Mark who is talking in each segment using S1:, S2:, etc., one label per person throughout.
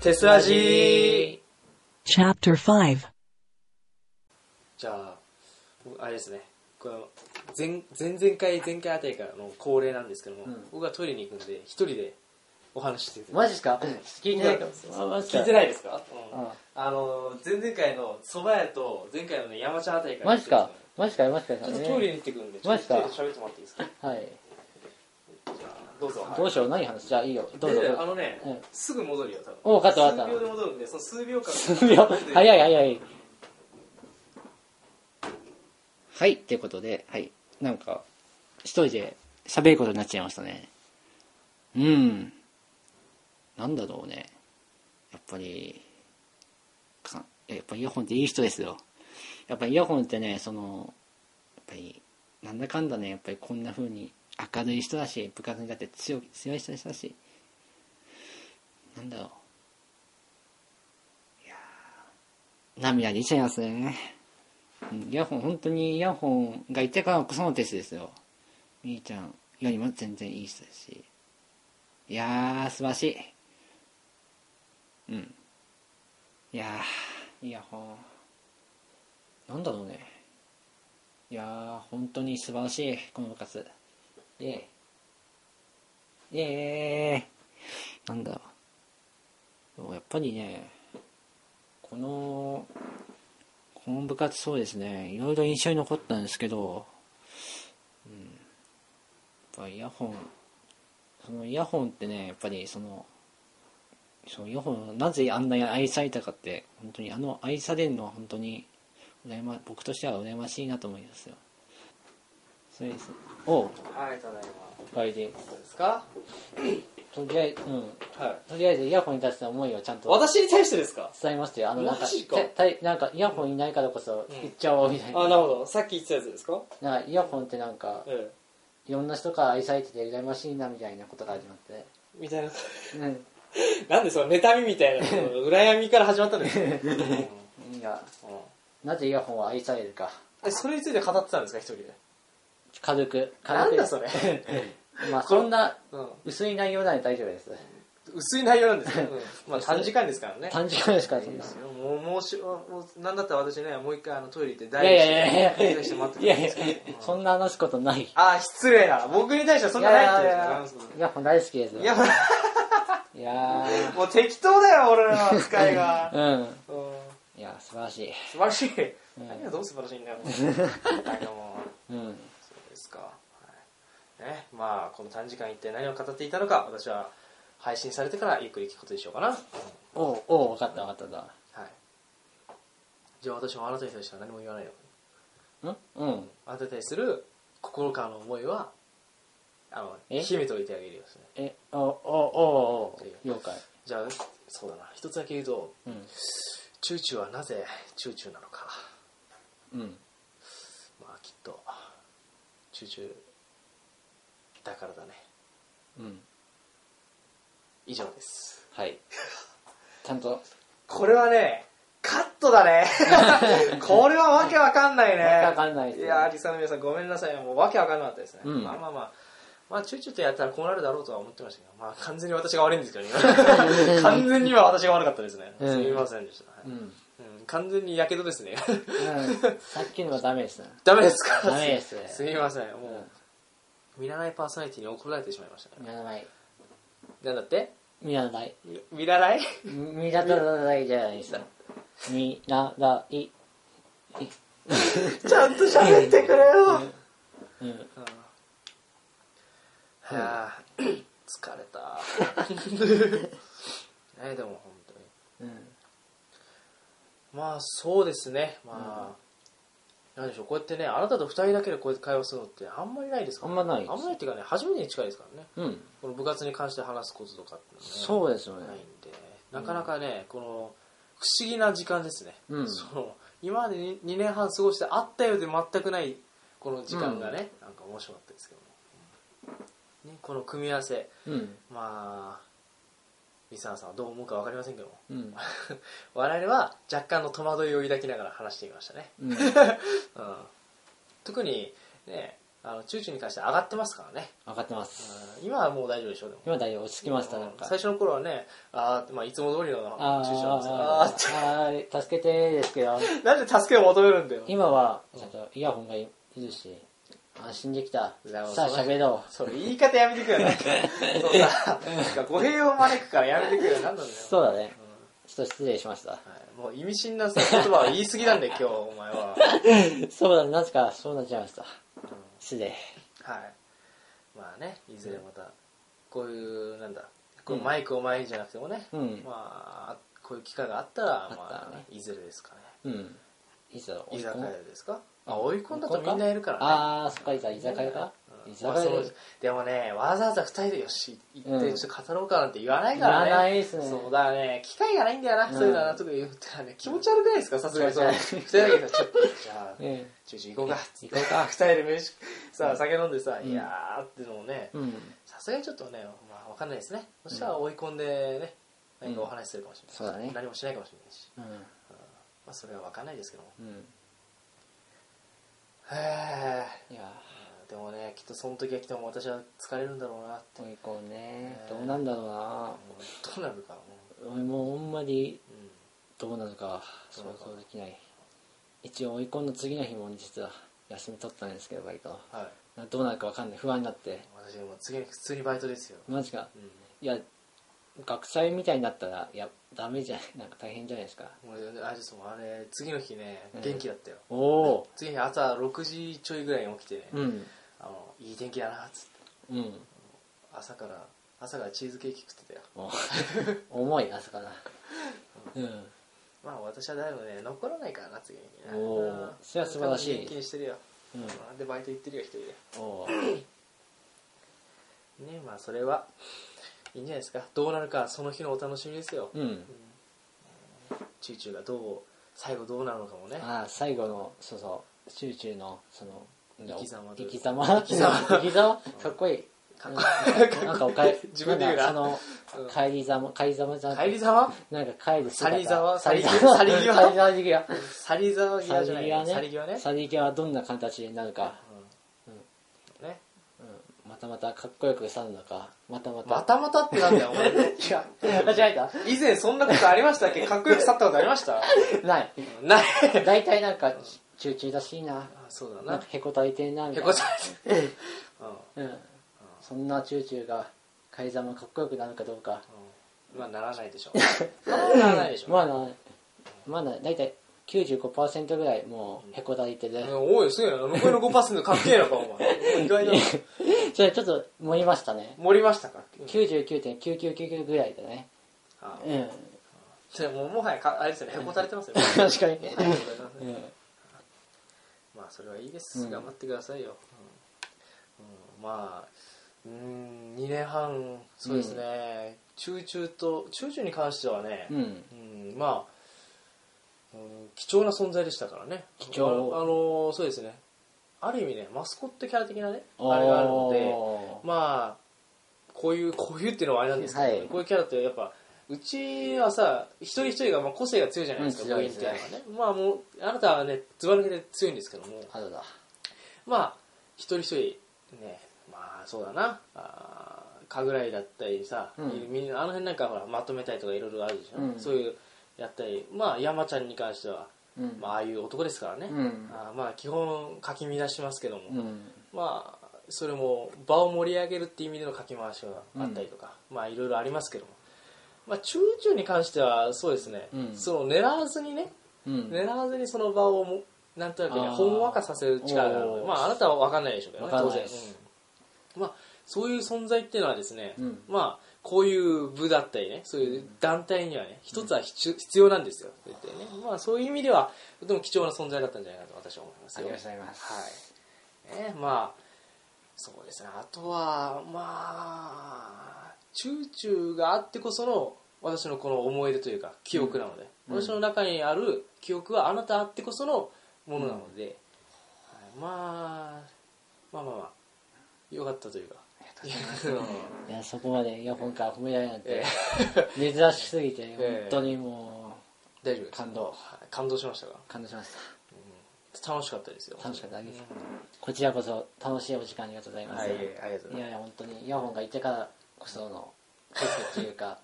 S1: テスラジー
S2: Chapter 5
S1: じゃあ、僕あれですね、この前前々回、前回あたりからの恒例なんですけども、
S3: うん
S1: 僕がトイレに行くんで、一人でお話ししてて、
S3: マジですか聞いてないかもしれない。
S1: 聞いてないですか、うん
S3: うん
S1: あの、前々回の蕎麦屋と、前回のね、山ちゃんあたりから、
S3: マジかマジかマジか
S1: ちょっとトイレに行ってくるんで、ちょ
S3: マ
S1: っ
S3: ジ
S1: とト
S3: か
S1: イレで喋ってもらっていいですか
S3: はい。
S1: じゃあどうぞ。
S3: どうしよう何話じゃあいいよ。どうぞ
S1: で
S3: どう
S1: あ
S3: ぞ。
S1: のね、
S3: うん
S1: すぐ戻るよ、多分。
S3: おう、勝った分か
S1: 数秒
S3: っ
S1: で戻るんで、その数秒間。
S3: た。数秒。早い早い。はい、っていうことで、はい。なんか、一人で喋ることになっちゃいましたね。うん。なんだろうね。やっぱり、かやっぱイヤホンっていい人ですよ。やっぱイヤホンってね、その、やっぱり、なんだかんだね、やっぱりこんな風に明るい人だし、部活にだって強い強い人だし、なんだろう。いやー涙出ちゃいますね。うんイヤホン、本当にイヤホンがいてからこそのテストですよ。みーちゃんよりも全然いい人だし。いやー、素晴らしい。うん。いやー、イヤホン。なんだろうね。いやー、本当に素晴らしい、この部活。イェイ。イェーイ。なんだろう。でもやっぱりね、この、この部活そうですね、いろいろ印象に残ったんですけど、うん。やっぱイヤホン、そのイヤホンってね、やっぱりその、そのイヤホン、なぜあんなに愛されたかって、本当にあの愛されるのは本当に、羨ま、僕としては羨ましいなと思いますよ。そうです。おう、
S1: はい、ただい
S3: おかえり。
S1: ま。どうですか
S3: とりあえず、うん。
S1: はい。
S3: とりあえずイヤホンに対しての思いをちゃんと
S1: 私に対してですか
S3: 伝えましたよ。あの、なんか
S1: マジ、か
S3: てたいなんかイヤホンいないからこそ
S1: うん
S3: 言っちゃおうみたいな。
S1: あ、なるほど。さっき言ってたやつですか
S3: なんかイヤホンってなんか、
S1: え
S3: いろんな人から愛されてて羨ましいなみたいなことが始まって。
S1: え。みたいな。
S3: うん。
S1: なんでその妬みみたい な、羨みから始まったん ですか、
S3: いや、なぜイヤホンは愛されるか。
S1: え、それについて語ってたんですか、一人で。
S3: 軽く、軽く。
S1: なんだそれ。
S3: まあ、そんな
S1: うん、
S3: 薄い内容なら大丈夫です。
S1: 薄い内容なんですけど、うんまあ短時間ですからね。
S3: 短時間ですから、そ
S1: いい
S3: ん
S1: で
S3: な。
S1: すよもう、もうし、もう、なんだったら私ね、もう一回あのトイレ行って
S3: いや
S1: 大
S3: いやいやいや
S1: して待って
S3: い
S1: くれ
S3: や
S1: るん
S3: いや
S1: ですけどうん
S3: そんな話すことない。
S1: あー、失礼な。僕に対してはそんなないって言うんです
S3: イヤホン大好きです。
S1: よ
S3: い
S1: いや、
S3: や
S1: もう
S3: ー、
S1: もう適当だよ、俺らの扱いが。
S3: うん。
S1: うん
S3: いや、素晴らしい。
S1: 素晴らしい。何がどう素晴らしい んだよ。もうあの
S3: うん。
S1: そうですか、はいねまあこの短時間一体何を語っていたのか私は配信されてからゆっくり聞くことにしようかな、うん
S3: おうおう、分かった分かった
S1: はいじゃあ私もあなたに対しては何も言わないよ
S3: だ。んうん。
S1: あなたに対する心からの思いはあの
S3: え
S1: 秘めておいてあげるよ、ね、
S3: え、お、お、お、お、了解。
S1: じゃあそうだな一つだけ言うと
S3: うん。
S1: チューチューはなぜチューチューなのか
S3: うん。
S1: まあきっとチューチューだからだね
S3: うん。
S1: 以上です
S3: はい。ちゃんと、
S1: これはね、カットだ ね。これはわけわかんないね。
S3: わけわかんないです
S1: い
S3: ね
S1: やー、リサの皆さんごめんなさい。もうわけわかんなかったですね。
S3: うん
S1: まあまあまあ。まあ、チューチューとやったらこうなるだろうとは思ってましたけど、まあ完全に私が悪いんですけど、今 完全には私が悪かったですね。
S3: うん
S1: すみませんでした。は
S3: う
S1: い
S3: ん。
S1: うん完全にやけどですね。
S3: うん。さっきのはダメですな。
S1: ダメですか
S3: ダメです。
S1: すみません。
S3: う
S1: もう、見習いパーソナリティに怒られてしまいました
S3: ん。
S1: ね。
S3: 見習い。
S1: なんだって
S3: 見習い。
S1: み見 習い
S3: 見習いじゃないですか。見習い。
S1: ちゃんと喋ってくれよ。
S3: うん。
S1: うんはあ、疲れ た。ね、でも本当に。
S3: うん。
S1: まあそうですね。まあ、なんでしょう、こうやってね、あなたと二人だけでこうやって会話するのってあんまりないですか
S3: あ
S1: ら、
S3: んまない
S1: あんまりっていうかね、初めてに近いですからね。
S3: うん。
S1: この部活に関して話すこととかって、ね、
S3: そうですよね
S1: ないん。で、なかなかね、この不思議な時間ですね。
S3: うん
S1: その今までに2年半過ごしてあったようで全くないこの時間がね、なんか面白かったですけども、ね、この組み合わせ、
S3: うん。
S1: まあ、リスナーさんはどう思うか分かりませんけども、
S3: うん。
S1: 我々は若干の戸 惑いを抱きながら話していましたね。
S3: うん。
S1: うん、特にね、あのチューチューに関しては上がってますからね、
S3: 上がってます。
S1: うん今はもう大丈夫でしょうでも
S3: 今だよ、落ち着きました、なんか。
S1: 最初の頃はねあー、まあ、いつも通りの
S3: あ
S1: チューチューなんですけどあーっ
S3: あーあー助けてーですけど、
S1: てなんで助けを求めるんだよ
S3: 今は、ちゃんとイヤホンがいるし、安心できた。
S1: なるほ
S3: さ
S1: ど
S3: あ、喋ろう。
S1: それ言い方やめて くれよそうさなんか語弊を招くからやめてくれよなんなんだよ
S3: そうだね。ちょっと失礼しました。
S1: はいもう意味深なさ言葉は言い過ぎなんで今日お前は
S3: そうだね、なぜかそうなっちゃいました。失礼。
S1: はいまあねいずれまたこういうなんだこうマイクを前にじゃなくてもね、
S3: うん
S1: まあこういう機会があったら
S3: ったら
S1: まあ
S3: ね
S1: いずれですかね
S3: うん。いつだろう
S1: 居酒屋ですかあ
S3: うん
S1: 追い込んだとみんないるからね
S3: ああ、そっか、いざ居酒屋か。
S1: うん
S3: 居酒
S1: まあ
S3: 屋
S1: その
S3: で。
S1: でもねわざわざ2人でよし行って
S3: うん
S1: ちょっと語ろうかなんて言わないからね
S3: 言わないですね
S1: そうだからね機会がないんだよな、
S3: うん
S1: そういうのはなとか言うってのはね気持ち悪くないですかさすがにその
S3: 気
S1: 2
S3: 持ち
S1: 人だけでちょっとじゃあ
S3: うん
S1: ちょいちょい行こうか
S3: 行こうか
S1: 2人で飯さあ酒飲んでさ、
S3: うん
S1: いやーってのもね
S3: うん。
S1: さすがにちょっとねまあわかんないですねそしたら追い込んでね
S3: うん
S1: 何かお話しするかもしれない、
S3: そうだね
S1: 何もしないかもしれないし、
S3: うん。
S1: まあ、それはわかんないですけども
S3: うん。
S1: へえ
S3: いや
S1: でもねきっとその時が来ても私は疲れるんだろうなって
S3: ー、もう行こうね。どうなんだろうな。
S1: もうどうなるかも
S3: 俺もうほんまに
S1: う、う
S3: どうなるか想像できない一応追い込んだ次の日も実は休み取ったんですけどバイト
S1: ん、はい
S3: どうなるか分かんない不安になって
S1: 私もう次に普通にバイトですよ、
S3: マジか
S1: う
S3: いや学祭みたいになったらいやダメじゃんなんか大変じゃないですか
S1: ん、もうあれですもんあれ次の日ね
S3: うん
S1: 元気だったよ、
S3: おお
S1: 次の日朝6時ちょいぐらいに起きてね、
S3: うん
S1: あのいい天気だなっつって
S3: うん
S1: 朝から朝からチーズケーキ食ってたよ
S3: お 重い朝からうん
S1: まあ私はだいぶね残らないからな次の日ね
S3: お
S1: う
S3: ー
S1: ん
S3: それは素晴らし
S1: 多
S3: い
S1: 分元気にしてるよ、
S3: うん
S1: うんでバイト行ってるよ一人で
S3: お
S1: ねまあそれはいいんじゃないですかどうなるかその日のお楽しみですよ、
S3: ーうん
S1: チューチューがどう最後どうなるのかもね
S3: ああ最後のそうそう集中のその
S1: 生き様という
S3: 生
S1: か
S3: き様 生き様かっこいい
S1: かっこいい
S3: うんなんかおかえ
S1: 自分で言うな
S3: なんかその帰りざま帰りざまじゃん
S1: 帰り沢
S3: なんか帰る姿
S1: 去りざま
S3: 去りざま
S1: 去り際
S3: 去りざま際
S1: 去り沢際
S3: 去り
S1: じゃない
S3: 際ね
S1: 去り際ね
S3: 去り際はどんな形になるか、
S1: うんね
S3: うん、またまたかっこよく去るのかまたまた
S1: またまたってなんだよお前いや
S3: 間違えた
S1: 以前そんなことありましたっけかっこよく去ったことありました
S3: ない
S1: ない
S3: 大体なんか中々らしいな
S1: あそうだ
S3: なん
S1: な
S3: かへこたいてんなみ
S1: へ
S3: たい
S1: こ
S3: な
S1: たれてうんうん
S3: うん、そんな中々が帰りざまかっこよくなるかどうか
S1: まあならないでしょ うまあならないでしょう
S3: まあなまあな大体95%ぐらいもうへこたいてる、
S1: うん多いすげえな残りの5%かっけえのかお前意外だな
S3: それちょっと盛りましたね
S1: 盛りましたかうん
S3: 99.9999ぐらいだね
S1: あ
S3: うん
S1: それもうもはやかあれ ですよねへこたれてますよ
S3: 確かに
S1: ありがとうございます
S3: うん
S1: まあそれはいいです、
S3: うん
S1: 頑張ってくださいよ、うんうんまあうん2年半そうですね、中中と中中に関してはね、
S3: うん
S1: うんまあ、うん貴重な存在でしたからね
S3: 貴重
S1: ああのそうですねある意味ねマスコットキャラ的なねあれがあるのでまあこういう こういうっていうのはあれなんですけど、
S3: はい
S1: こういうキャラってやっぱうちはさ一人一人がまあ個性が強いじゃないですか、
S3: うん
S1: こ
S3: 強
S1: うい
S3: い
S1: う
S3: で
S1: みた
S3: す
S1: いな
S3: ね
S1: ねまあもうあなたはねずば抜けて強いんですけども
S3: あ、肌だ
S1: まあ一人一人ねまあそうだなあーかぐらいだったりさ、
S3: うん
S1: みんなあの辺なんかほらまとめたいとかいろいろあるでしょ、
S3: うん
S1: そういうやったりまあ山ちゃんに関しては、
S3: うん
S1: まあああいう男ですからね、
S3: うん
S1: あーまあ基本かき乱しますけども、
S3: うん
S1: まあそれも場を盛り上げるっていう意味でのかき回しがあったりとか、まあいろいろありますけども、まあ、中中に関してはそうですね、
S3: うん
S1: その狙わずにね
S3: うん
S1: 狙わずにその場をもなんとなくね
S3: あー
S1: ほんわかさせる力があるので
S3: おー
S1: まああなたは分かんないでしょうけどね
S3: わかん
S1: 当
S3: ない
S1: 然
S3: で、
S1: うんまあそういう存在っていうのはですね、
S3: うん
S1: まあこういう部だったりねそういう団体にはね一つは必要必要なんですよ絶対ねまあそういう意味ではとても貴重な存在だったんじゃないかと私は思います
S3: あり
S1: よ
S3: がとうございます
S1: はい。ね、まあ、そうですね。あとは、まあ、チューチューがあってこその、私のこの思い出というか、記憶なので、
S3: うん
S1: 私の中にある記憶はあなたあってこそのものなので、はいまあ、まあまあまあ、よかったというか。
S3: いやそこまでイヤホンから褒められるなん
S1: え
S3: て珍しすぎて
S1: え
S3: 本当にも
S1: 大丈夫で
S3: う
S1: す。
S3: 感動
S1: はい感動しましたか
S3: 感動しまし
S1: うん楽しかったですよ
S3: 楽しかったです
S1: うん
S3: こちらこそ楽しいお時間ありがとうございま
S1: は
S3: す、
S1: いありがとうございま
S3: やいや本当にイヤホンがいてからこそのテストっていうか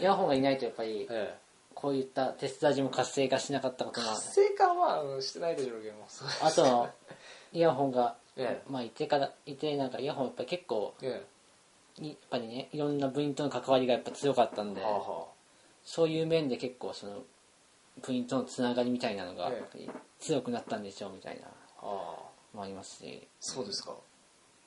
S3: イヤホンがいないとやっぱり
S1: すええ
S3: こういったテスト味も活性化しなかったことも
S1: 活性化はうんしてないでしょうけどもそう
S3: あとはイヤホンが、
S1: え
S3: まあいてからいてなんかイヤホンやっぱり結構
S1: ええ
S3: いやっぱりねいろんな部員との関わりがやっぱ強かったん
S1: え
S3: で
S1: はあは
S3: そういう面で結構その部員とのつながりみたいなのが
S1: ええ
S3: やっぱり強くなったんでしょうみたいな
S1: あああ
S3: もありますし
S1: そうですか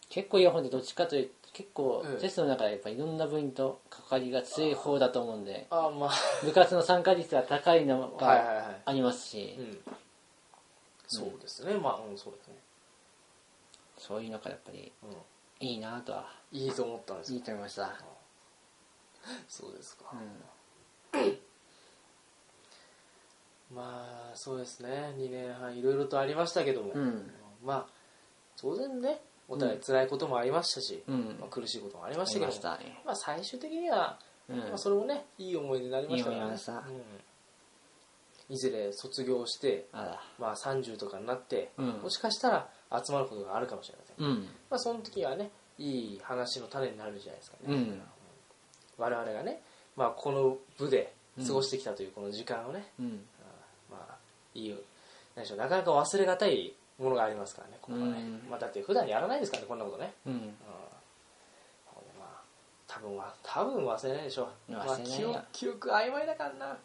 S3: 結構イヤホンってどっちかというと結構
S1: ええ
S3: テストの中でやっぱいろんな部員と関わりが強い方だと思うんで
S1: ああまあ
S3: 部活の参加率が高いの
S1: はいはい
S3: が
S1: はい
S3: ありますし、
S1: うんそうですねまあうんそうですね
S3: そういうのがやっぱり
S1: うん
S3: いいなとはい
S1: いと思ったんです
S3: いい
S1: よ
S3: と思いました、
S1: そうですか
S3: う
S1: まあそうですね2年半いろいろとありましたけども、
S3: んうん
S1: まあ当然ねお互い辛いこともありましたし、
S3: うん
S1: まあ、苦しいこともありま
S3: あ
S1: し
S3: り
S1: たけ
S3: ま
S1: ども
S3: したね
S1: まあ、最終的には、
S3: うん
S1: まあ、それもねいい思い出になりました
S3: いい
S1: ね
S3: 思い出でした
S1: うんいずれ卒業して、
S3: あら
S1: まあ、30とかになって、
S3: うん
S1: もしかしたら集まることがあるかもしれません、
S3: うん
S1: まあ、その時はねいい話の種になるんじゃないですかね、
S3: うん
S1: 我々がね、まあ、この部で過ごしてきたというこの時間をね、
S3: うん
S1: まあいいよ何でしょうなかなか忘れがたいものがありますからねここはね、
S3: うん
S1: まあ、だって普段やらないですからねこんなことね、
S3: うん
S1: うんなのでまあ多分は多分忘れないでしょう、
S3: 忘れ
S1: ま
S3: な
S1: あ、
S3: いよ
S1: 記憶記憶曖昧だからな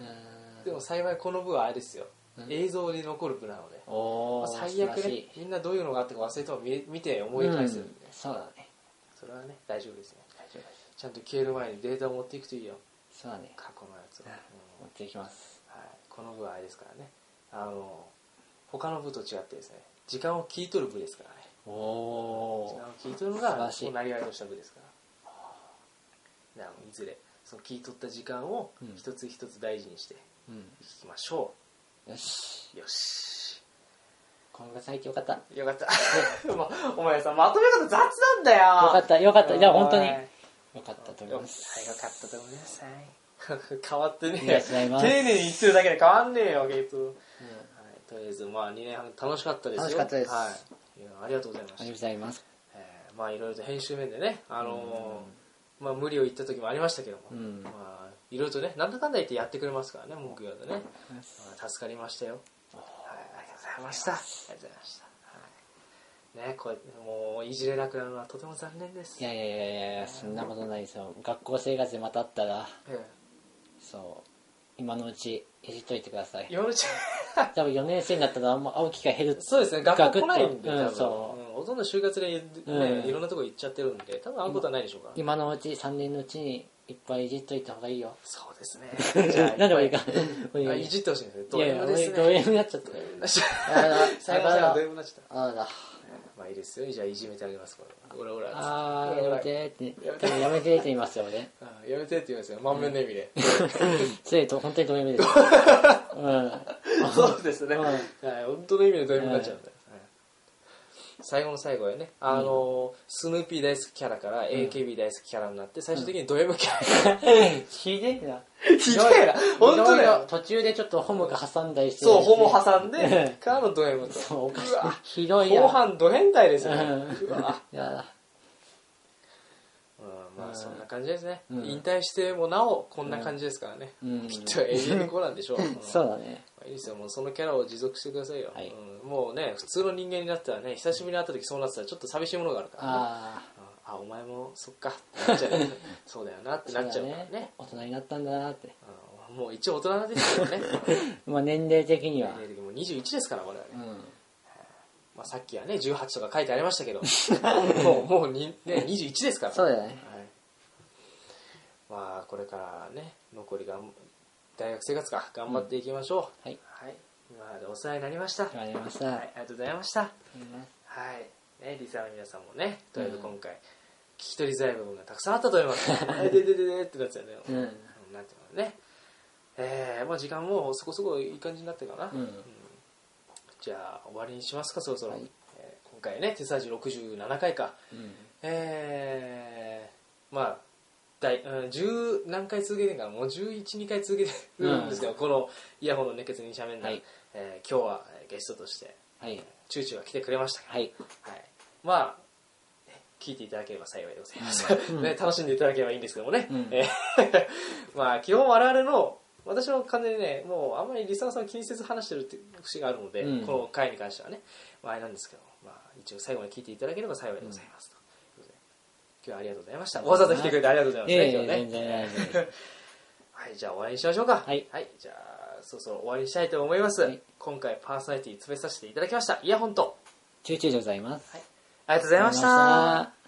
S3: うん
S1: でも幸いこの部はあれですよ、
S3: うん
S1: 映像に残る部なので、
S3: お
S1: ま
S3: お
S1: あ、最悪
S3: 素晴らし
S1: ね
S3: い
S1: みんなどういうのがあったか忘れても見見て思い返せるんで、
S3: うんそうだね
S1: それはね大丈夫ですね
S3: 大丈夫です
S1: ちゃんと消える前にデータを持っていくといいよ
S3: そうだね
S1: 過去のやつを、うん
S3: 持っていきます
S1: はい、この部はあれですからねあの他の部と違ってですね時間を切り取る部ですからね
S3: お
S1: 時
S3: お
S1: 間を切り取るの
S3: 素晴
S1: が
S3: らしい
S1: なりわいとした部ですからなのでいずれその切り取った時間を
S3: うん
S1: 一つ一つ大事にして
S3: うん
S1: いきましょ
S3: よし
S1: う、よし
S3: このが最強かったよ
S1: よかった もうお前さまとめ方雑なんだよよ
S3: かったよかったじゃあ本当に
S1: よ
S3: よかったと思い
S1: よ
S3: ます
S1: かったと思い ますはい変わってね
S3: い
S1: え
S3: や
S1: よ
S3: 違い
S1: 丁
S3: ます
S1: 寧に言ってるだけで変わんねえよゲープ
S3: うんあ
S1: はい、とりあえず、まあ、2年半楽しかったですよ
S3: 楽しかったです
S1: はい、いやありがとうございま
S3: りがとう
S1: し
S3: ご
S1: た、
S3: ざいます
S1: えーまあ、いろいろと編集面でね、あのーまあ、無理を言った時もありましたけども、
S3: うん
S1: まあ、いろいろとねなんだかんだ言ってやってくれますからね木曜でね、まあ助かりましたよ、はい、ありがとうございましたありがとうございました、はい、ねこうもういじれなくなるのはとても残念です
S3: いやいやいやいやそんなことないですよ学校生活でまたあったら
S1: え
S3: そう今のうちいじっといてくださ
S1: え
S3: い
S1: 夜中
S3: 多分4年生になったらあんま会う機会減る
S1: そうですね学校来ないんで
S3: ガ
S1: 多分、
S3: クッとうんそ
S1: うんほとんど就活で、ね
S3: うん
S1: いろんなとこ行っちゃってるんで多分会うことはないでしょうから
S3: 今のうち3年のうちにいっぱいいじっといた方がいい よ
S1: そうですね。じゃあ
S3: なんでもいいか
S1: あいじってほしいんですね。
S3: い
S1: ド
S3: やい
S1: M
S3: や
S1: ですね。
S3: ド M になっちゃった あら
S1: 最後最後
S3: あ
S1: ド
S3: ら
S1: M になっちゃっ
S3: あら
S1: た。まあいいですよ。じゃあいじめてあげます。これ。オラオラ。
S3: あ
S1: オ
S3: ー
S1: ラオ
S3: や
S1: ラ
S3: め。てってでもやめてって言いますよね
S1: あやめてって言いますよ。満面の意味で。
S3: それと本当にド M ですうん
S1: そうですね。
S3: うん
S1: はい本当の意味でド M になっちゃうんだよ。はい最後の最後はね、あのー、スヌーピー大好きキャラから AKB 大好きキャラになって、最終的にド M キャラ。
S3: ひでえな
S1: ひどいな。本当だ
S3: いろいろ
S1: よ。
S3: 途中でちょっとホモが挟んだりして
S1: そう、ホモ挟
S3: ん
S1: んで、からのド M と。
S3: そうおかし
S1: うわ
S3: いひどいや
S1: 後半ド変態ですよ。
S3: うん
S1: うわ。
S3: いや
S1: うんま
S3: う
S1: あ
S3: ん
S1: そんな感じですね、
S3: うん
S1: 引退してもなおこんな感じですからね、
S3: うん
S1: きっと永遠にこうなんでしょう、うん
S3: そうだね
S1: まあいいですよもうそのキャラを持続してくださいよ、
S3: はい
S1: うんもうね普通の人間になったらね久しぶりに会った時そうなってたらちょっと寂しいものがあるからね、
S3: あ
S1: うんあお前もそっかってなっちゃ うそうだよなって
S3: あ
S1: なっちゃうからね
S3: 大人になったんだなって
S1: うんもう一応大人ですよね うん
S3: まあ年齢的には
S1: 年齢的にもう21ですから我々、
S3: うん
S1: まあ、さっきはね18とか書いてありました けどもうもうに、ね、21ですから
S3: そうだよね
S1: はい、まあこれからね残りがん大学生活か頑張っていきましょう、
S3: はい
S1: はい今までお世話になりました、はい、
S3: わかりました、
S1: ありがとうございましたはいねリスナーの皆さんもねとりあえず今回、聞き取りづらい部分がたくさんあったと思います あででででってなっちゃうね、
S3: うん
S1: うんなんていうのねえー、もう時間もそこそこいい感じになってかな、
S3: うん
S1: じゃあ終わりにしますかそろそろ、
S3: はい
S1: えー今回ね手スジ67回か
S3: うん
S1: えー、まあ大、うん、10何回続けてるかなもう112回続けてるんですけど、このイヤホンの熱血にしゃべんな、
S3: はい
S1: えー今日はえーゲストとして、
S3: はい。
S1: チューチューが来てくれましたけど、
S3: はい。
S1: はいまあ、ね聞いていただければ幸いでございます。ね、楽しんでいただければいいんですけどもね。
S3: うん
S1: え ーまあ、基本我々の、私の完全にね、もうあんまりリスナーさんを気にせず話してるって節があるので、
S3: うん
S1: この回に関してはね、まあ、あれなんですけど、まあ、一応最後まで聞いていただければ幸いでございますと。ということで今日はありがとうございました。わざわざ来てくれてありがとうございま
S3: い
S1: す
S3: や
S1: ね、
S3: いや
S1: 今日ね。
S3: 全然大丈夫です。
S1: はい、じゃあ終わりにしましょうか。
S3: はい
S1: じゃあ、そろそろ終わりにしたいと思います。
S3: はい
S1: 今回パーソナリティ詰めさせていただきました。イヤホンと、
S3: チューチューでございます。
S1: ありがとうございました。
S3: ありがとうございました